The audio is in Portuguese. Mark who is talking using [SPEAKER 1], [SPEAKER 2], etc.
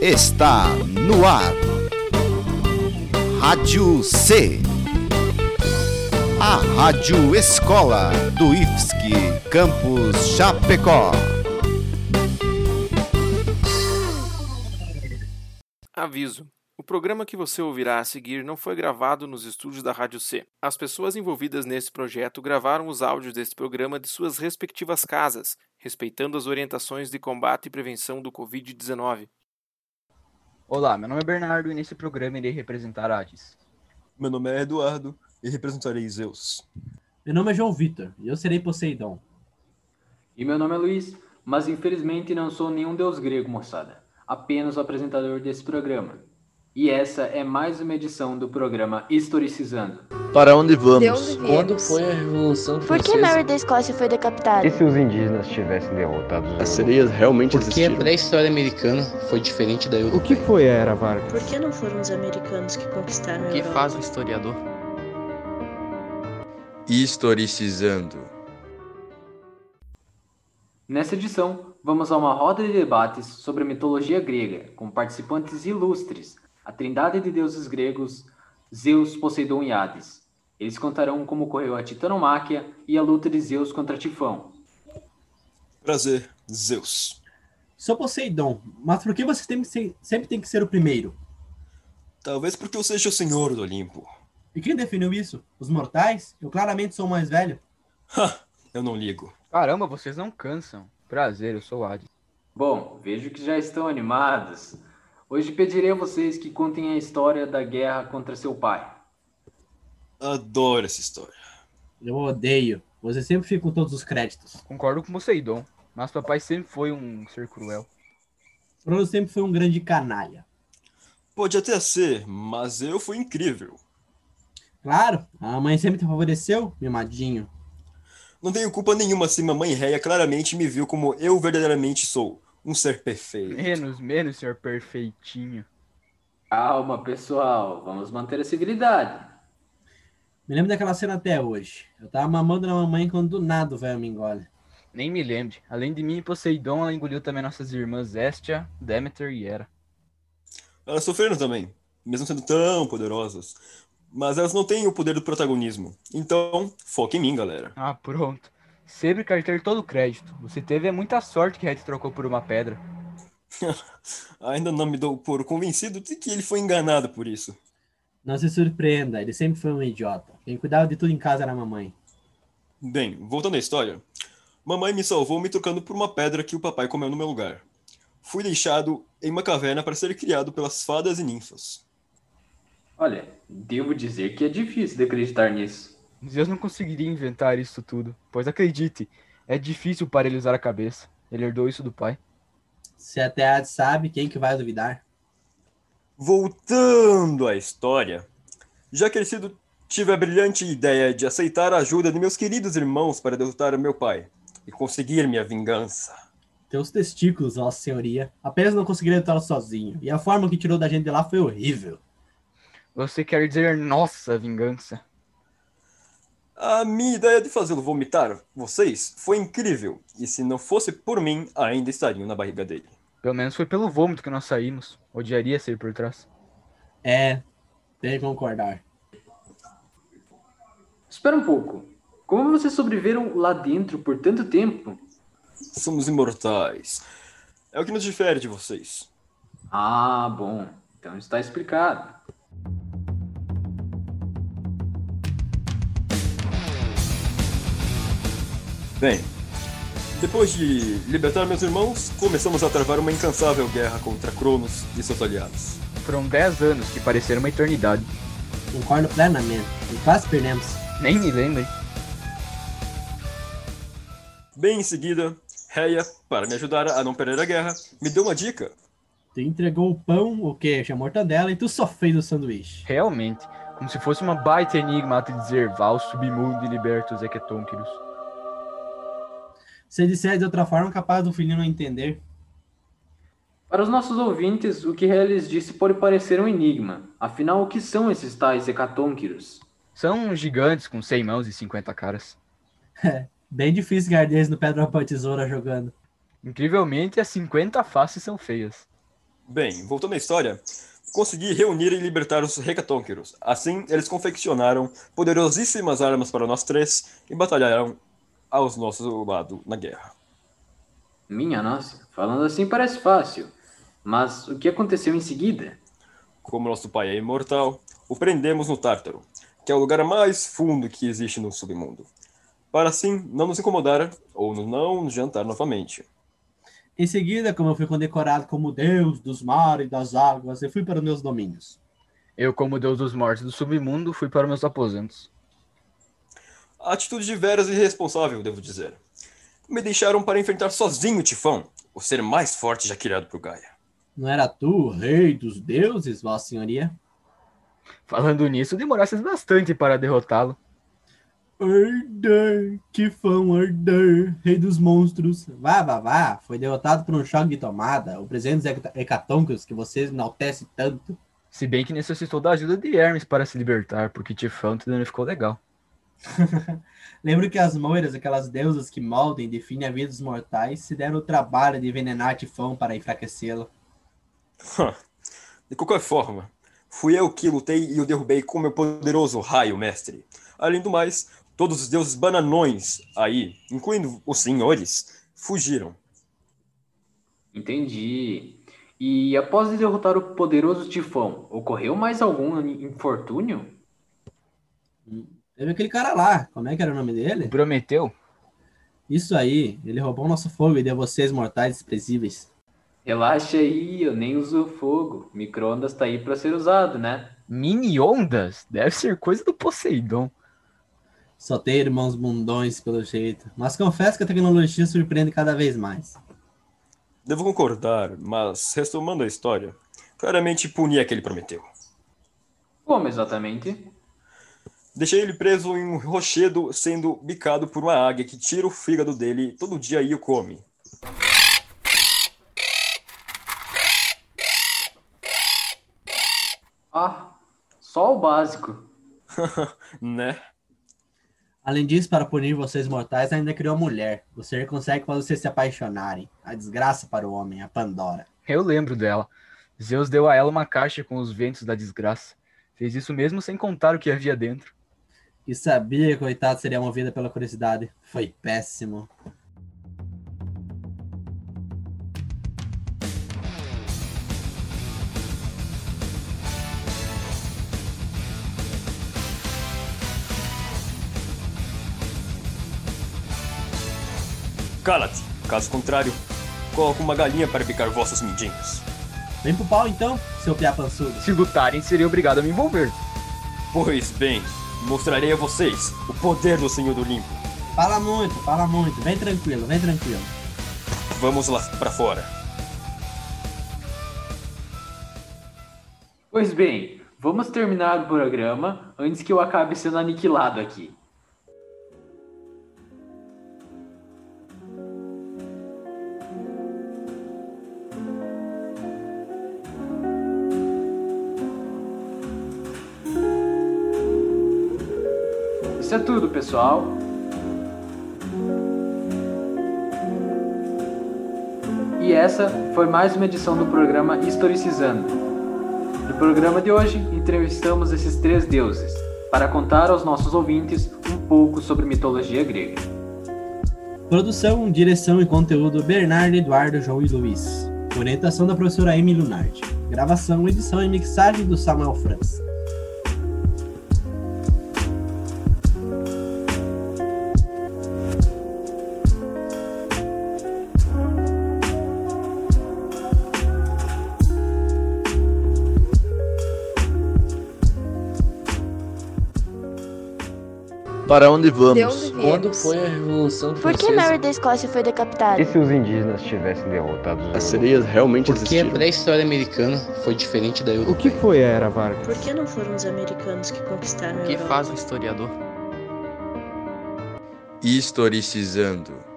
[SPEAKER 1] está no ar. Rádio C. A Rádio Escola do IFSC Campus Chapecó.
[SPEAKER 2] Aviso: o programa que você ouvirá a seguir não foi gravado nos estúdios da Rádio C. As pessoas envolvidas nesse projeto gravaram os áudios deste programa de suas respectivas casas, respeitando as orientações de combate e prevenção do Covid-19.
[SPEAKER 3] Olá, meu nome é Bernardo e nesse programa irei representar Hades.
[SPEAKER 4] Meu nome é Eduardo e representarei Zeus.
[SPEAKER 5] Meu nome é João Vitor e eu serei Poseidon.
[SPEAKER 6] E meu nome é Luiz, mas infelizmente não sou nenhum deus grego, moçada. Apenas o apresentador desse programa. E essa é mais uma edição do programa Historicizando.
[SPEAKER 7] Para onde vamos?
[SPEAKER 8] Quando foi a Revolução
[SPEAKER 9] Por
[SPEAKER 8] Francesa?
[SPEAKER 9] que Mary da Escócia foi decapitada?
[SPEAKER 10] E se os indígenas tivessem derrotado os
[SPEAKER 7] As sereias realmente
[SPEAKER 8] Por que a
[SPEAKER 7] existiram?
[SPEAKER 8] pré-história americana foi diferente da
[SPEAKER 11] O
[SPEAKER 8] europeia?
[SPEAKER 11] que foi a Era Vargas?
[SPEAKER 12] Por que não foram os americanos que conquistaram a Europa?
[SPEAKER 8] o historiador?
[SPEAKER 7] Historicizando.
[SPEAKER 6] Nessa edição, vamos a uma roda de debates sobre a mitologia grega, com participantes ilustres, a trindade de deuses gregos, Zeus, Poseidon e Hades. Eles contarão como ocorreu a titanomáquia e a luta de Zeus contra Tifão.
[SPEAKER 4] Prazer, Zeus.
[SPEAKER 5] Sou Poseidon, mas por que você tem que ser- sempre tem que ser o primeiro?
[SPEAKER 4] Talvez porque eu seja o senhor do Olimpo.
[SPEAKER 5] E quem definiu isso? Os mortais? Eu claramente sou o mais velho.
[SPEAKER 4] Ha! Eu não ligo.
[SPEAKER 3] Caramba, vocês não cansam. Prazer, eu sou o Hades.
[SPEAKER 6] Bom, vejo que já estão animados. Hoje pedirei a vocês que contem a história da guerra contra seu pai.
[SPEAKER 4] Adoro essa história.
[SPEAKER 5] Eu odeio. Você sempre fica com todos os créditos.
[SPEAKER 3] Concordo com Poseidon, mas papai sempre foi um ser cruel.
[SPEAKER 5] Bruno sempre foi um grande canalha.
[SPEAKER 4] Pode até ser, mas eu fui incrível.
[SPEAKER 5] Claro, a mãe sempre te favoreceu, mimadinho.
[SPEAKER 4] Não tenho culpa nenhuma se mamãe réia claramente me viu como eu verdadeiramente sou. Um ser perfeito.
[SPEAKER 3] Menos, menos, senhor perfeitinho.
[SPEAKER 6] Calma, pessoal, vamos manter a civilidade.
[SPEAKER 5] Me lembro daquela cena até hoje. Eu tava mamando na mamãe quando do nada o velho me engole.
[SPEAKER 3] Nem me lembre. Além de mim e Poseidon, ela engoliu também nossas irmãs Estia, Demeter e Hera.
[SPEAKER 4] Elas sofreram também, mesmo sendo tão poderosas. Mas elas não têm o poder do protagonismo. Então, foca em mim, galera.
[SPEAKER 3] Ah, pronto. Sempre quer ter todo o crédito. Você teve é muita sorte que Red trocou por uma pedra.
[SPEAKER 4] Ainda não me dou por convencido de que ele foi enganado por isso.
[SPEAKER 5] Não se surpreenda, ele sempre foi um idiota. Quem cuidava de tudo em casa era a mamãe.
[SPEAKER 4] Bem, voltando à história. Mamãe me salvou me trocando por uma pedra que o papai comeu no meu lugar. Fui deixado em uma caverna para ser criado pelas fadas e ninfas.
[SPEAKER 6] Olha, devo dizer que é difícil de acreditar nisso.
[SPEAKER 3] Zeus não conseguiria inventar isso tudo, pois acredite, é difícil para ele usar a cabeça. Ele herdou isso do pai.
[SPEAKER 5] Se até a sabe, quem que vai duvidar?
[SPEAKER 4] Voltando à história, já crescido, tive a brilhante ideia de aceitar a ajuda de meus queridos irmãos para derrotar meu pai e conseguir minha vingança.
[SPEAKER 5] Teus testículos, Vossa Senhoria, apenas não conseguiria lutá sozinho. E a forma que tirou da gente de lá foi horrível.
[SPEAKER 3] Você quer dizer nossa vingança?
[SPEAKER 4] A minha ideia de fazê-lo vomitar vocês foi incrível, e se não fosse por mim, ainda estariam na barriga dele.
[SPEAKER 3] Pelo menos foi pelo vômito que nós saímos. Odiaria sair por trás.
[SPEAKER 5] É, tem que concordar.
[SPEAKER 6] Espera um pouco. Como vocês sobreviveram lá dentro por tanto tempo?
[SPEAKER 4] Somos imortais. É o que nos difere de vocês.
[SPEAKER 6] Ah, bom. Então está explicado.
[SPEAKER 4] Bem, depois de libertar meus irmãos, começamos a travar uma incansável guerra contra Cronos e seus aliados.
[SPEAKER 3] Foram 10 anos que pareceram uma eternidade.
[SPEAKER 5] Concordo plenamente. E quase perdemos.
[SPEAKER 3] Nem me lembrem.
[SPEAKER 4] Bem em seguida, Reia, para me ajudar a não perder a guerra, me deu uma dica.
[SPEAKER 5] Tu entregou o pão, o queijo, a mortadela e tu só fez o sanduíche.
[SPEAKER 3] Realmente, como se fosse uma baita enigma a te dizer vá ao submundo e liberta os Hecatonquiros.
[SPEAKER 5] Se disser de outra forma, capaz do filhinho não entender.
[SPEAKER 6] Para os nossos ouvintes, o que Helles disse pode parecer um enigma. Afinal, o que são esses tais hecatônquiros?
[SPEAKER 3] São gigantes com 100 mãos e 50 caras.
[SPEAKER 5] Bem difícil ganhar deles no pedra, papel, tesoura jogando.
[SPEAKER 3] Incrivelmente, as 50 faces são feias.
[SPEAKER 4] Bem, voltando à história, consegui reunir e libertar os Hecatonqueros. Assim, eles confeccionaram poderosíssimas armas para nós três e batalharam aos nossos lado na guerra.
[SPEAKER 6] Minha nossa, falando assim parece fácil. Mas o que aconteceu em seguida?
[SPEAKER 4] Como nosso pai é imortal, o prendemos no Tártaro, que é o lugar mais fundo que existe no submundo. Para assim não nos incomodar ou não nos jantar novamente.
[SPEAKER 5] Em seguida, como eu fui condecorado como deus dos mares e das águas, eu fui para os meus domínios.
[SPEAKER 3] Eu, como deus dos mortos do submundo, fui para meus aposentos.
[SPEAKER 4] Atitude de veras irresponsável, devo dizer. Me deixaram para enfrentar sozinho o Tifão, o ser mais forte já criado por Gaia.
[SPEAKER 5] Não era tu, rei dos deuses, vossa senhoria?
[SPEAKER 3] Falando nisso, demorasses bastante para derrotá-lo.
[SPEAKER 5] Arder, Tifão Arder, rei dos monstros. Vá, vá, vá, foi derrotado por um choque de tomada, o presente dos hecatoncos que vocês enaltece tanto.
[SPEAKER 3] Se bem que necessitou da ajuda de Hermes para se libertar, porque Tifão te danificou legal.
[SPEAKER 5] Lembro que as moiras, aquelas deusas que moldem e definem a vida dos mortais, se deram o trabalho de envenenar Tifão para enfraquecê-lo.
[SPEAKER 4] De qualquer forma, fui eu que lutei e o derrubei com meu poderoso raio, mestre. Além do mais, todos os deuses bananões aí, incluindo os senhores, fugiram.
[SPEAKER 6] Entendi. E após derrotar o poderoso Tifão, ocorreu mais algum infortúnio?
[SPEAKER 5] Teve aquele cara lá, como é que era o nome dele?
[SPEAKER 3] Prometeu?
[SPEAKER 5] Isso aí, ele roubou o nosso fogo e deu a vocês mortais desprezíveis.
[SPEAKER 6] Relaxa aí, eu nem uso fogo. Micro-ondas tá aí para ser usado, né?
[SPEAKER 3] Mini-ondas? Deve ser coisa do Poseidon.
[SPEAKER 5] Só tem irmãos bundões, pelo jeito. Mas confesso que a tecnologia surpreende cada vez mais.
[SPEAKER 4] Devo concordar, mas resumando a história, claramente puni aquele Prometeu.
[SPEAKER 6] Como exatamente?
[SPEAKER 4] Deixei ele preso em um rochedo, sendo bicado por uma águia que tira o fígado dele todo dia e o come.
[SPEAKER 6] Ah, só o básico.
[SPEAKER 4] né?
[SPEAKER 5] Além disso, para punir vocês mortais, ainda criou a mulher. O ser consegue fazer vocês se apaixonarem. A desgraça para o homem, a Pandora.
[SPEAKER 3] Eu lembro dela. Zeus deu a ela uma caixa com os ventos da desgraça. Fez isso mesmo sem contar o que havia dentro.
[SPEAKER 5] E sabia, coitado, seria movida pela curiosidade. Foi péssimo.
[SPEAKER 4] Cala-te, caso contrário, coloco uma galinha para picar vossos mindinhos.
[SPEAKER 5] Vem pro pau então, seu piá pançudo.
[SPEAKER 3] Se lutarem, seria obrigado a me envolver.
[SPEAKER 4] Pois bem, mostrarei a vocês o poder do Senhor do Olimpo.
[SPEAKER 5] Fala muito, fala muito. Vem tranquilo, vem tranquilo.
[SPEAKER 4] Vamos lá para fora.
[SPEAKER 6] Pois bem, vamos terminar o programa antes que eu acabe sendo aniquilado aqui. Isso é tudo, pessoal. E essa foi mais uma edição do programa Historicizando. No programa de hoje, entrevistamos esses três deuses para contar aos nossos ouvintes um pouco sobre mitologia grega.
[SPEAKER 5] Produção, direção e conteúdo Bernardo Eduardo João e Luiz. Orientação da professora Emily Lunardi. Gravação, edição e mixagem do Samuel França.
[SPEAKER 7] Para onde vamos?
[SPEAKER 8] Quando foi a Revolução
[SPEAKER 9] Por que
[SPEAKER 8] Francesa?
[SPEAKER 9] Mary da Escócia foi decapitada?
[SPEAKER 10] E se os indígenas tivessem derrotado os
[SPEAKER 7] As sereias realmente
[SPEAKER 8] Porque a
[SPEAKER 7] existiram?
[SPEAKER 8] pré-história é americana foi diferente da
[SPEAKER 10] O que
[SPEAKER 8] europeia.
[SPEAKER 10] foi a Era Vargas?
[SPEAKER 12] Por que não foram os americanos que
[SPEAKER 10] um
[SPEAKER 12] conquistaram a
[SPEAKER 8] O que
[SPEAKER 12] Europa?
[SPEAKER 8] faz um historiador?
[SPEAKER 7] Historicizando.